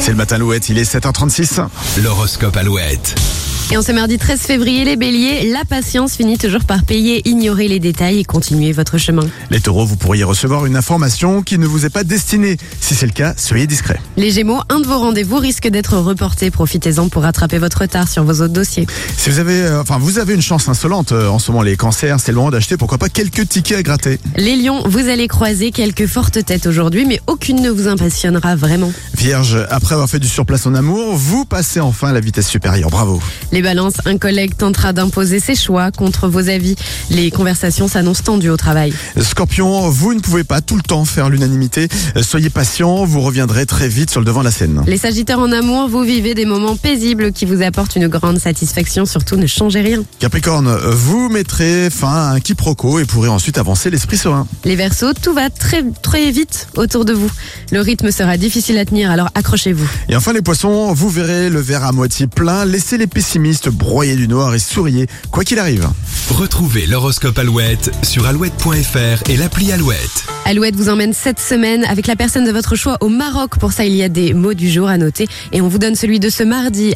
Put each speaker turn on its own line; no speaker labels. C'est le matin Louette, il est 7h36.
L'horoscope Alouette.
Et en ce mardi 13 février, les béliers, la patience finit toujours par payer, ignorez les détails et continuez votre chemin.
Les taureaux, vous pourriez recevoir une information qui ne vous est pas destinée. Si c'est le cas, soyez discret.
Les gémeaux, un de vos rendez-vous risque d'être reporté, profitez-en pour rattraper votre retard sur vos autres dossiers.
Si vous avez, euh, enfin, vous avez une chance insolente euh, en ce moment, les cancers, c'est le moment d'acheter pourquoi pas quelques tickets à gratter.
Les lions, vous allez croiser quelques fortes têtes aujourd'hui, mais aucune ne vous impressionnera vraiment.
Vierge, après avoir fait du surplace en amour, vous passez enfin à la vitesse supérieure. Bravo.
Les balances, un collègue tentera d'imposer ses choix contre vos avis. Les conversations s'annoncent tendues au travail.
Scorpion, vous ne pouvez pas tout le temps faire l'unanimité. Euh, Soyez patient, vous reviendrez très vite sur le devant de la scène.
Les sagittaires en amour, vous vivez des moments paisibles qui vous apportent une grande satisfaction, surtout ne changez rien.
Capricorne, euh, vous mettrez fin à un quiproquo et pourrez ensuite avancer l'esprit serein.
Les Verseaux, tout va très très vite autour de vous. Le rythme sera difficile à tenir, alors accrochez-vous.
Et enfin les poissons, vous verrez le verre à moitié plein, laissez les pessimistes broyer du noir et souriez quoi qu'il arrive.
Retrouvez l'horoscope Alouette sur alouette.fr et l'appli Alouette.
Alouette vous emmène cette semaine avec la personne de votre choix au Maroc. Pour ça, il y a des mots du jour à noter et on vous donne celui de ce mardi.